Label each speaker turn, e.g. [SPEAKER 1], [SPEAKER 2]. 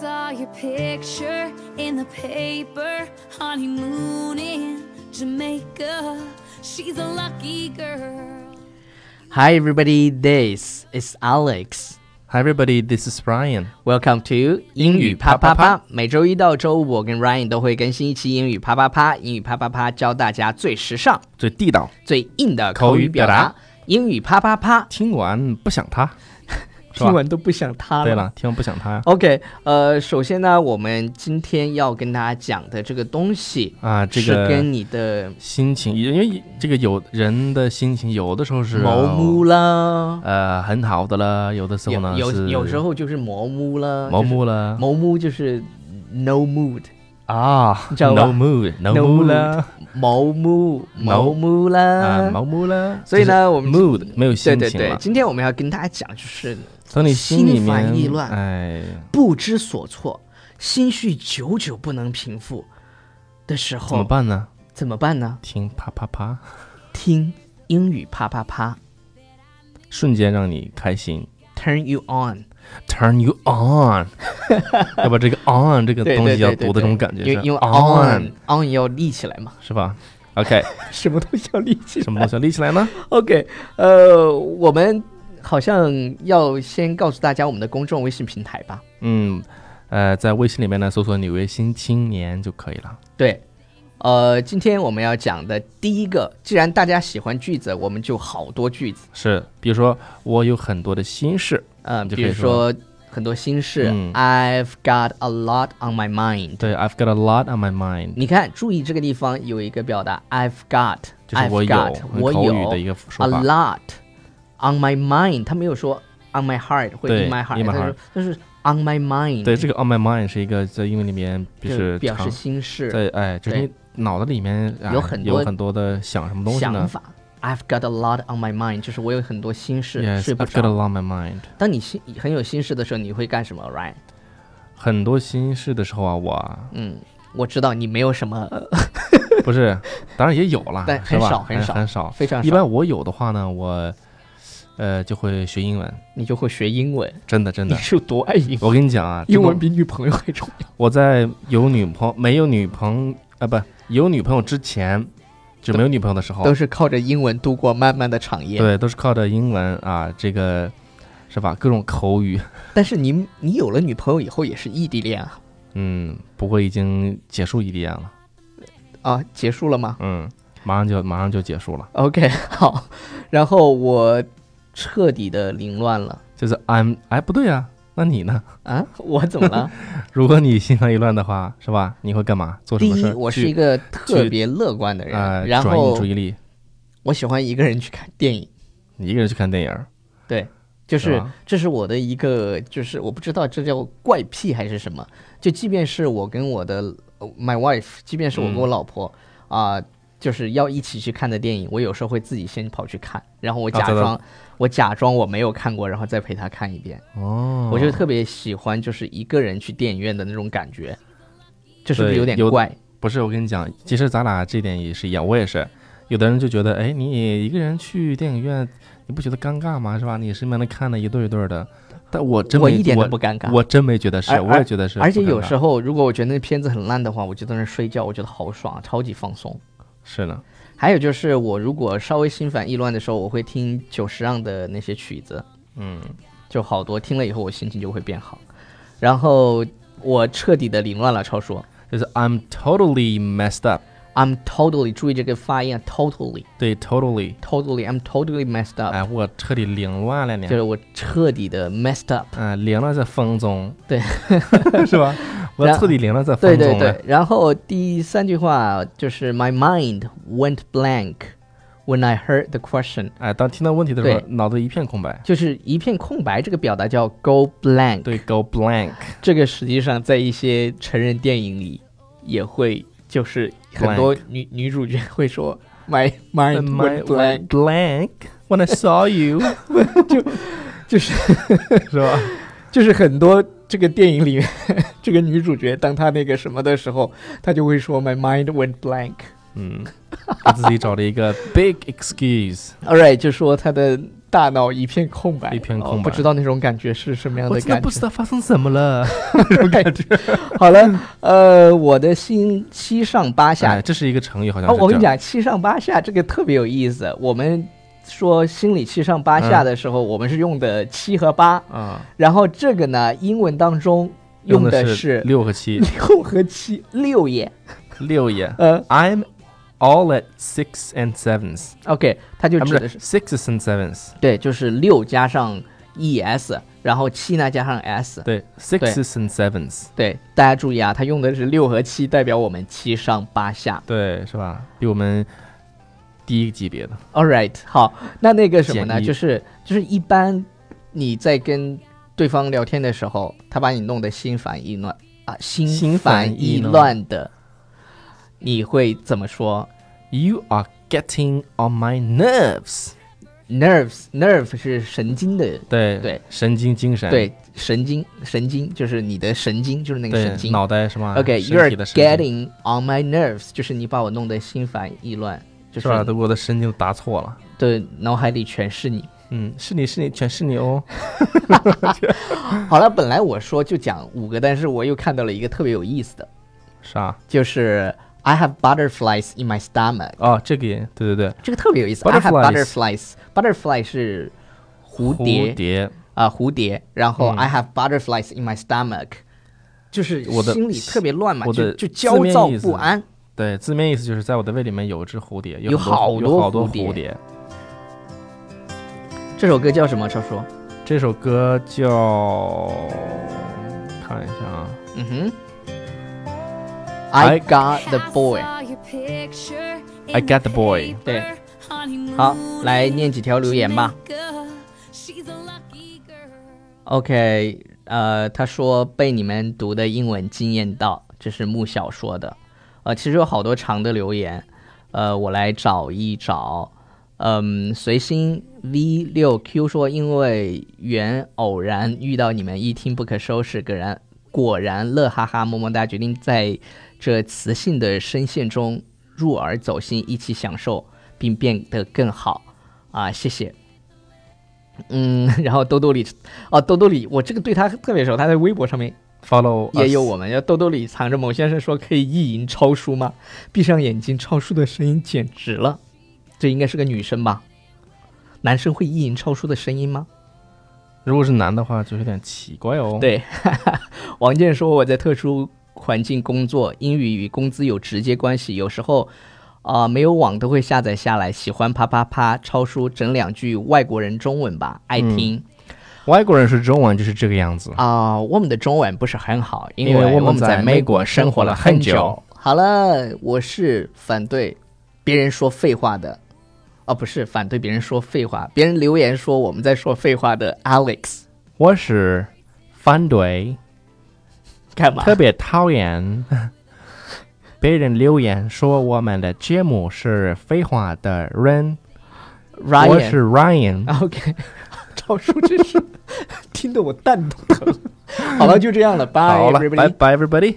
[SPEAKER 1] saw your picture in the paper, honeymoon in Jamaica. She's a lucky girl.
[SPEAKER 2] Hi, everybody. This is Alex.
[SPEAKER 3] Hi everybody, this is Ryan。
[SPEAKER 2] Welcome to 英语啪啪啪。每周一到周五，我跟 Ryan 都会更新一期英语啪啪啪。英语啪啪啪教大家最时尚、
[SPEAKER 3] 最地道，
[SPEAKER 2] 最硬的
[SPEAKER 3] 口
[SPEAKER 2] 口
[SPEAKER 3] 语
[SPEAKER 2] 语
[SPEAKER 3] 表
[SPEAKER 2] 表
[SPEAKER 3] 达
[SPEAKER 2] 达。英语啪啪啪，
[SPEAKER 3] 听完不想 他。是吧
[SPEAKER 2] 听完都不想他
[SPEAKER 3] 对了，听完不想他呀。
[SPEAKER 2] OK，呃，首先呢，我们今天要跟大家讲的这个东西
[SPEAKER 3] 啊，这
[SPEAKER 2] 是
[SPEAKER 3] 个
[SPEAKER 2] 跟你的
[SPEAKER 3] 心情，因为这个有人的心情，有的时候是啊
[SPEAKER 2] 毛姆啦，
[SPEAKER 3] 呃很好的了，有的时候
[SPEAKER 2] 有
[SPEAKER 3] 呢
[SPEAKER 2] 有
[SPEAKER 3] 是
[SPEAKER 2] 有时候就是毛姆啦，
[SPEAKER 3] 毛木
[SPEAKER 2] 就是
[SPEAKER 3] 了
[SPEAKER 2] 毛姆就是 no mood，
[SPEAKER 3] 啊
[SPEAKER 2] 你知道吧
[SPEAKER 3] ，no mood，no
[SPEAKER 2] No
[SPEAKER 3] mood
[SPEAKER 2] mood
[SPEAKER 3] 了
[SPEAKER 2] 毛姆
[SPEAKER 3] 毛
[SPEAKER 2] 毛姆
[SPEAKER 3] 啊，
[SPEAKER 2] 啦。
[SPEAKER 3] 毛木了。
[SPEAKER 2] 所以
[SPEAKER 3] 就是
[SPEAKER 2] 呢，我们
[SPEAKER 3] ，mood 没有
[SPEAKER 2] 对
[SPEAKER 3] 心
[SPEAKER 2] 对
[SPEAKER 3] 情
[SPEAKER 2] 对
[SPEAKER 3] 了，，
[SPEAKER 2] 今天我们要跟大家讲就是
[SPEAKER 3] 从你心里
[SPEAKER 2] 心烦意
[SPEAKER 3] 面
[SPEAKER 2] 乱
[SPEAKER 3] 哎，
[SPEAKER 2] 不知所措，心绪久久不能平复的时
[SPEAKER 3] 怎么
[SPEAKER 2] 候
[SPEAKER 3] 办呢？
[SPEAKER 2] 怎么办呢？
[SPEAKER 3] 听啪啪啪，
[SPEAKER 2] 听英语啪啪啪
[SPEAKER 3] 瞬间让你开心。
[SPEAKER 2] ，turn you on。
[SPEAKER 3] turn you on，要把这个 on 这个
[SPEAKER 2] 对
[SPEAKER 3] 东
[SPEAKER 2] 对
[SPEAKER 3] 西要
[SPEAKER 2] 对对
[SPEAKER 3] 读的这种
[SPEAKER 2] 对
[SPEAKER 3] 感觉
[SPEAKER 2] 因为
[SPEAKER 3] 是
[SPEAKER 2] 因为
[SPEAKER 3] on
[SPEAKER 2] on on 要立起来嘛，
[SPEAKER 3] 是吧？OK，
[SPEAKER 2] 什么东西要立起
[SPEAKER 3] 什么东西要立起来呢？
[SPEAKER 2] ？OK，呃，我们好像要先告诉大家我们的公众微信平台吧。
[SPEAKER 3] 嗯，呃，在微信里面呢搜索“纽约新青年”就可以了。
[SPEAKER 2] 对，呃，今天我们要讲的第一个，既然大家喜欢句子，我们就好多句子，
[SPEAKER 3] 是，比如说我有很多的心事，
[SPEAKER 2] 呃，
[SPEAKER 3] 你就
[SPEAKER 2] 比
[SPEAKER 3] 可
[SPEAKER 2] 如
[SPEAKER 3] 以说
[SPEAKER 2] 说很多心事、
[SPEAKER 3] 嗯
[SPEAKER 2] i v e got a lot on my mind。
[SPEAKER 3] 对，I've got a lot on my mind，
[SPEAKER 2] 你看，注意这个地方有一个表达，I've got，
[SPEAKER 3] 就是我
[SPEAKER 2] I've
[SPEAKER 3] 有
[SPEAKER 2] got，
[SPEAKER 3] 很
[SPEAKER 2] 我
[SPEAKER 3] 口
[SPEAKER 2] 有
[SPEAKER 3] 语的一个说
[SPEAKER 2] a
[SPEAKER 3] 法。
[SPEAKER 2] lot on my mind，他没有说 on my heart 或者
[SPEAKER 3] 对
[SPEAKER 2] in my heart，
[SPEAKER 3] in my
[SPEAKER 2] 他
[SPEAKER 3] heart
[SPEAKER 2] 说他是 on my mind，
[SPEAKER 3] 对，这个 on my mind 是一个在英文里面就
[SPEAKER 2] 就是表示
[SPEAKER 3] 常
[SPEAKER 2] 心事、
[SPEAKER 3] 在哎，就是
[SPEAKER 2] 对
[SPEAKER 3] 你脑子里面哎
[SPEAKER 2] 有
[SPEAKER 3] 有
[SPEAKER 2] 很多
[SPEAKER 3] 很多的想什么东西
[SPEAKER 2] 想
[SPEAKER 3] 呢
[SPEAKER 2] 法。I've got a lot on my mind，就是我有很多心事
[SPEAKER 3] ？Yes,
[SPEAKER 2] 睡不
[SPEAKER 3] I've got a
[SPEAKER 2] 着。
[SPEAKER 3] lot on my mind。
[SPEAKER 2] 当你心很有心事的时候，你会干什么？Right？
[SPEAKER 3] 很多心事的时候啊，我
[SPEAKER 2] 嗯，我知道你没有什么， 呃
[SPEAKER 3] 不是，当然也有啦，
[SPEAKER 2] 但
[SPEAKER 3] 是
[SPEAKER 2] 很
[SPEAKER 3] 吧
[SPEAKER 2] 少
[SPEAKER 3] 很
[SPEAKER 2] 很少
[SPEAKER 3] 很少。
[SPEAKER 2] 非常
[SPEAKER 3] 一
[SPEAKER 2] 少，
[SPEAKER 3] 般我有的话呢，我呃就会学英文，
[SPEAKER 2] 你就会学英文。
[SPEAKER 3] 真的真
[SPEAKER 2] 你
[SPEAKER 3] 的。
[SPEAKER 2] 是有多爱 英文？
[SPEAKER 3] 我跟你讲啊，
[SPEAKER 2] 英文
[SPEAKER 3] 真的
[SPEAKER 2] 比女朋友还重要。
[SPEAKER 3] 我在有女朋没有女朋啊不有女朋友之前，就没有女朋友的时候
[SPEAKER 2] 都，是靠着英文度过漫漫的长夜。
[SPEAKER 3] 对，都是靠着英文啊，这个是吧？各种口语，
[SPEAKER 2] 但是你你有了女朋友以后也是异地恋啊
[SPEAKER 3] 嗯，不过已经结束异地恋了，
[SPEAKER 2] 啊，结束了吗？
[SPEAKER 3] 嗯，马上就马上就结束了，
[SPEAKER 2] OK，好， 然后我彻底的凌乱了
[SPEAKER 3] 就是 I'm 哎不对啊，那你呢？
[SPEAKER 2] 啊！我怎么 了？
[SPEAKER 3] 如果你心烦意乱的话，是吧？你会干嘛？做什
[SPEAKER 2] 第
[SPEAKER 3] 么事
[SPEAKER 2] 一，
[SPEAKER 3] 儿？
[SPEAKER 2] 我是
[SPEAKER 3] 去
[SPEAKER 2] 一个特别乐观的人，
[SPEAKER 3] 啊，
[SPEAKER 2] 然
[SPEAKER 3] 转移
[SPEAKER 2] 后
[SPEAKER 3] 注意力，
[SPEAKER 2] 我喜欢一个人去看电影，
[SPEAKER 3] 你一个人去看电影儿，
[SPEAKER 2] 对，就是是
[SPEAKER 3] 吧
[SPEAKER 2] 这是我的一个，就是我不知道这叫怪癖还是什么，就即便是我跟我的呃 my wife，即便是我跟
[SPEAKER 3] 嗯
[SPEAKER 2] 我老婆啊、就是要一起去看的电影，我有时候会自己先跑去看，然后我假
[SPEAKER 3] 对对
[SPEAKER 2] 装、我假装我没有看过，然后再陪她看一遍。
[SPEAKER 3] 哦，
[SPEAKER 2] 我就特别喜欢就是一个人去电影院的那种感觉，这是不是
[SPEAKER 3] 对
[SPEAKER 2] 有点
[SPEAKER 3] 有
[SPEAKER 2] 怪？
[SPEAKER 3] 不是我跟你讲，其实咱俩这点也是一样，我也是。有的人就觉得，哎，你一个人去电影院，你不觉得尴尬吗？是吧？你身边的看的一对儿一对儿的，但我真
[SPEAKER 2] 我
[SPEAKER 3] 没
[SPEAKER 2] 一点都
[SPEAKER 3] 我
[SPEAKER 2] 不尴尬。
[SPEAKER 3] 我真没觉得是，
[SPEAKER 2] 而
[SPEAKER 3] 我也觉得是不尴尬。
[SPEAKER 2] 而且有时候，如果我觉得那片子很烂的话，我就在那儿睡觉，我觉得好爽，超级放松。
[SPEAKER 3] 是呢，
[SPEAKER 2] 还有就是，我如果稍微心烦意乱的时候，我会听久石让的那些曲子，
[SPEAKER 3] 嗯，
[SPEAKER 2] 就好多听了以后，我心情就会变好。然后我彻底的凌乱了，超叔
[SPEAKER 3] 就是 I'm totally messed up，
[SPEAKER 2] ，I'm totally 注意这个发音啊，totally
[SPEAKER 3] 对，totally，
[SPEAKER 2] totally I'm totally messed up，、
[SPEAKER 3] 哎，我彻底凌乱了呢，
[SPEAKER 2] 就是我彻底的 messed up。
[SPEAKER 3] 嗯，凌乱在风中，
[SPEAKER 2] 对，
[SPEAKER 3] 是吧？我
[SPEAKER 2] 然后
[SPEAKER 3] 彻底凌乱在风
[SPEAKER 2] 对
[SPEAKER 3] 中
[SPEAKER 2] 对
[SPEAKER 3] 了
[SPEAKER 2] 对，然后第三句话就是 My mind went blank when I heard the question，
[SPEAKER 3] 哎，当听到问题的时候，
[SPEAKER 2] 对
[SPEAKER 3] 脑子一片空白。
[SPEAKER 2] 就是一片空白。这个表达叫 go blank，
[SPEAKER 3] 对，go blank，
[SPEAKER 2] 这个实际上在一些成人电影里也会，就是很多女女主角会说 My mind
[SPEAKER 3] And my
[SPEAKER 2] went 哎 blank，
[SPEAKER 3] blank when I saw you，
[SPEAKER 2] 就是
[SPEAKER 3] 是吧？
[SPEAKER 2] 就是很多这个电影里 面，这个女主角当她那个什么的时候，她就会说 My mind went blank。
[SPEAKER 3] 嗯，给自己找了一个 big excuse，
[SPEAKER 2] All right，就说她的大脑一片空白，
[SPEAKER 3] 一片
[SPEAKER 2] 哦
[SPEAKER 3] 空
[SPEAKER 2] 不
[SPEAKER 3] 白
[SPEAKER 2] 知道那种感觉是什么样
[SPEAKER 3] 我
[SPEAKER 2] 的
[SPEAKER 3] 真的
[SPEAKER 2] 感
[SPEAKER 3] 不知
[SPEAKER 2] 觉。
[SPEAKER 3] 道发生什么了。
[SPEAKER 2] 好了，呃，我的心七上八下
[SPEAKER 3] 哎，这是一个成语，好像
[SPEAKER 2] 哦，
[SPEAKER 3] 是
[SPEAKER 2] 我跟你
[SPEAKER 3] 这样，
[SPEAKER 2] 讲，七上八下这个特别有意思。我们说心理七上八下的时候，我们是用的七和八，
[SPEAKER 3] 啊，
[SPEAKER 2] 然后这个呢，英文当中用
[SPEAKER 3] 的
[SPEAKER 2] 是
[SPEAKER 3] 六 和七，
[SPEAKER 2] 六和七，六耶。
[SPEAKER 3] 六也。
[SPEAKER 2] 呃
[SPEAKER 3] I'm all at six and sevens，
[SPEAKER 2] ，OK，它就
[SPEAKER 3] 啊不
[SPEAKER 2] 指
[SPEAKER 3] 是
[SPEAKER 2] 的是
[SPEAKER 3] sixes and sevens，
[SPEAKER 2] 对，就是六加上 es，然后七呢加上 s。
[SPEAKER 3] 对，sixes and sevens，
[SPEAKER 2] 对，大家注意啊，它用的是六和七，代表我们七上八下。
[SPEAKER 3] 对，是吧？比我们低一个级别的，
[SPEAKER 2] All right，好，那那个什么呢？
[SPEAKER 3] 简易
[SPEAKER 2] 就是就是一般你在跟对方聊天的时候，他把你弄得心烦意乱啊，心
[SPEAKER 3] 心烦
[SPEAKER 2] 烦
[SPEAKER 3] 意
[SPEAKER 2] 意
[SPEAKER 3] 乱
[SPEAKER 2] 乱的，你会怎么说
[SPEAKER 3] You are getting on my nerves。
[SPEAKER 2] ？Nerves，nerve 是神经的，
[SPEAKER 3] 对
[SPEAKER 2] 对，
[SPEAKER 3] 神经精神，
[SPEAKER 2] 对，神经，神经就是你的神经，就是那个神
[SPEAKER 3] 对，
[SPEAKER 2] 经。
[SPEAKER 3] 脑袋是吗
[SPEAKER 2] OK，you're、
[SPEAKER 3] 身体的神经
[SPEAKER 2] getting on my nerves，就是你把我弄得心烦意乱，就是
[SPEAKER 3] 吧？都我的神经都答错了。
[SPEAKER 2] 对，脑海里全是你。
[SPEAKER 3] 嗯，是你是你，全是你哦。
[SPEAKER 2] 好了，本来我说就讲五个，但是我又看到了一个特别有意思的，
[SPEAKER 3] 啥？
[SPEAKER 2] 就是 I have butterflies in my stomach，
[SPEAKER 3] 哦，这个也对对对，
[SPEAKER 2] 这个特别有意思。I have
[SPEAKER 3] Butterflies
[SPEAKER 2] butterflies，butterfly 是蝴
[SPEAKER 3] 蝶嗯
[SPEAKER 2] 蝶啊、蝴蝶。然后 I have butterflies in my stomach，就是
[SPEAKER 3] 我的
[SPEAKER 2] 心里特别乱嘛，
[SPEAKER 3] 我
[SPEAKER 2] 就
[SPEAKER 3] 的
[SPEAKER 2] 就
[SPEAKER 3] 字
[SPEAKER 2] 焦
[SPEAKER 3] 面
[SPEAKER 2] 躁
[SPEAKER 3] 意思
[SPEAKER 2] 不安。
[SPEAKER 3] 对，字面意思就是在我的胃里面有一只蝴蝶，
[SPEAKER 2] 有
[SPEAKER 3] 好
[SPEAKER 2] 好
[SPEAKER 3] 有
[SPEAKER 2] 多
[SPEAKER 3] 好多
[SPEAKER 2] 蝴蝶
[SPEAKER 3] 蝶。
[SPEAKER 2] 这首歌叫什么？超叔？
[SPEAKER 3] 这首歌叫，看一下啊，
[SPEAKER 2] 嗯哼。I
[SPEAKER 3] I-
[SPEAKER 2] got the boy。
[SPEAKER 1] I got the boy。
[SPEAKER 2] 对，
[SPEAKER 1] 好
[SPEAKER 2] 好，，
[SPEAKER 1] 来
[SPEAKER 2] 来
[SPEAKER 1] 念
[SPEAKER 2] 念
[SPEAKER 1] 几
[SPEAKER 2] 几
[SPEAKER 1] 条
[SPEAKER 2] 条
[SPEAKER 1] 留
[SPEAKER 2] 留
[SPEAKER 1] 言
[SPEAKER 2] 言
[SPEAKER 1] 吧
[SPEAKER 2] 吧。OK，呃，他说被你们读的英文惊艳到，这是木小说的。呃，其实有好多长的留言，呃，我来找一找。嗯，随心 V 六 Q 说，因为缘偶然遇到你们，一听不可收拾，果然果然乐哈哈，么么哒，决定在这磁性的声线中入耳走心，一起享受，并变得更好啊！谢谢。嗯， 然后兜兜里哦，兜兜里，我这个对他特别熟，他在微博上面
[SPEAKER 3] follow us
[SPEAKER 2] 也有我们。要兜兜里藏着某先生说可以意淫超叔吗？闭上眼睛，超叔的声音简直了。这应该是个女生吧？男生会意淫超叔的声音吗？
[SPEAKER 3] 如果是男的话，就有点奇怪哦。，
[SPEAKER 2] 对， 王健说我在特殊环境工作，英语与工资有直接关系，有时候。啊、没有网都会下载下来，喜欢啪啪啪，超叔整两句外国人中文吧，爱
[SPEAKER 3] 嗯
[SPEAKER 2] 听。
[SPEAKER 3] 外国人说中文就是这个样子。
[SPEAKER 2] 啊、我们的中文不是很好，因
[SPEAKER 3] 因为
[SPEAKER 2] 我
[SPEAKER 3] 我们
[SPEAKER 2] 们
[SPEAKER 3] 在
[SPEAKER 2] 在
[SPEAKER 3] 美
[SPEAKER 2] 美
[SPEAKER 3] 国
[SPEAKER 2] 国
[SPEAKER 3] 生
[SPEAKER 2] 生
[SPEAKER 3] 活
[SPEAKER 2] 活
[SPEAKER 3] 了
[SPEAKER 2] 了
[SPEAKER 3] 很
[SPEAKER 2] 很
[SPEAKER 3] 久
[SPEAKER 2] 久。好了，我是反对别人说废话的，哦，不是反对别人说废话，别人留言说我们在说废话的 Alex
[SPEAKER 3] 我是反对，
[SPEAKER 2] 干嘛？
[SPEAKER 3] 特别讨厌 别人留言说我们的节目是废话的人。我
[SPEAKER 2] Ryan
[SPEAKER 3] 是 Ryan，
[SPEAKER 2] 啊 OK，赵叔真是 听得我蛋都疼。好了，就这样了，拜
[SPEAKER 3] 好了，
[SPEAKER 2] everybody
[SPEAKER 3] 拜拜，everybody。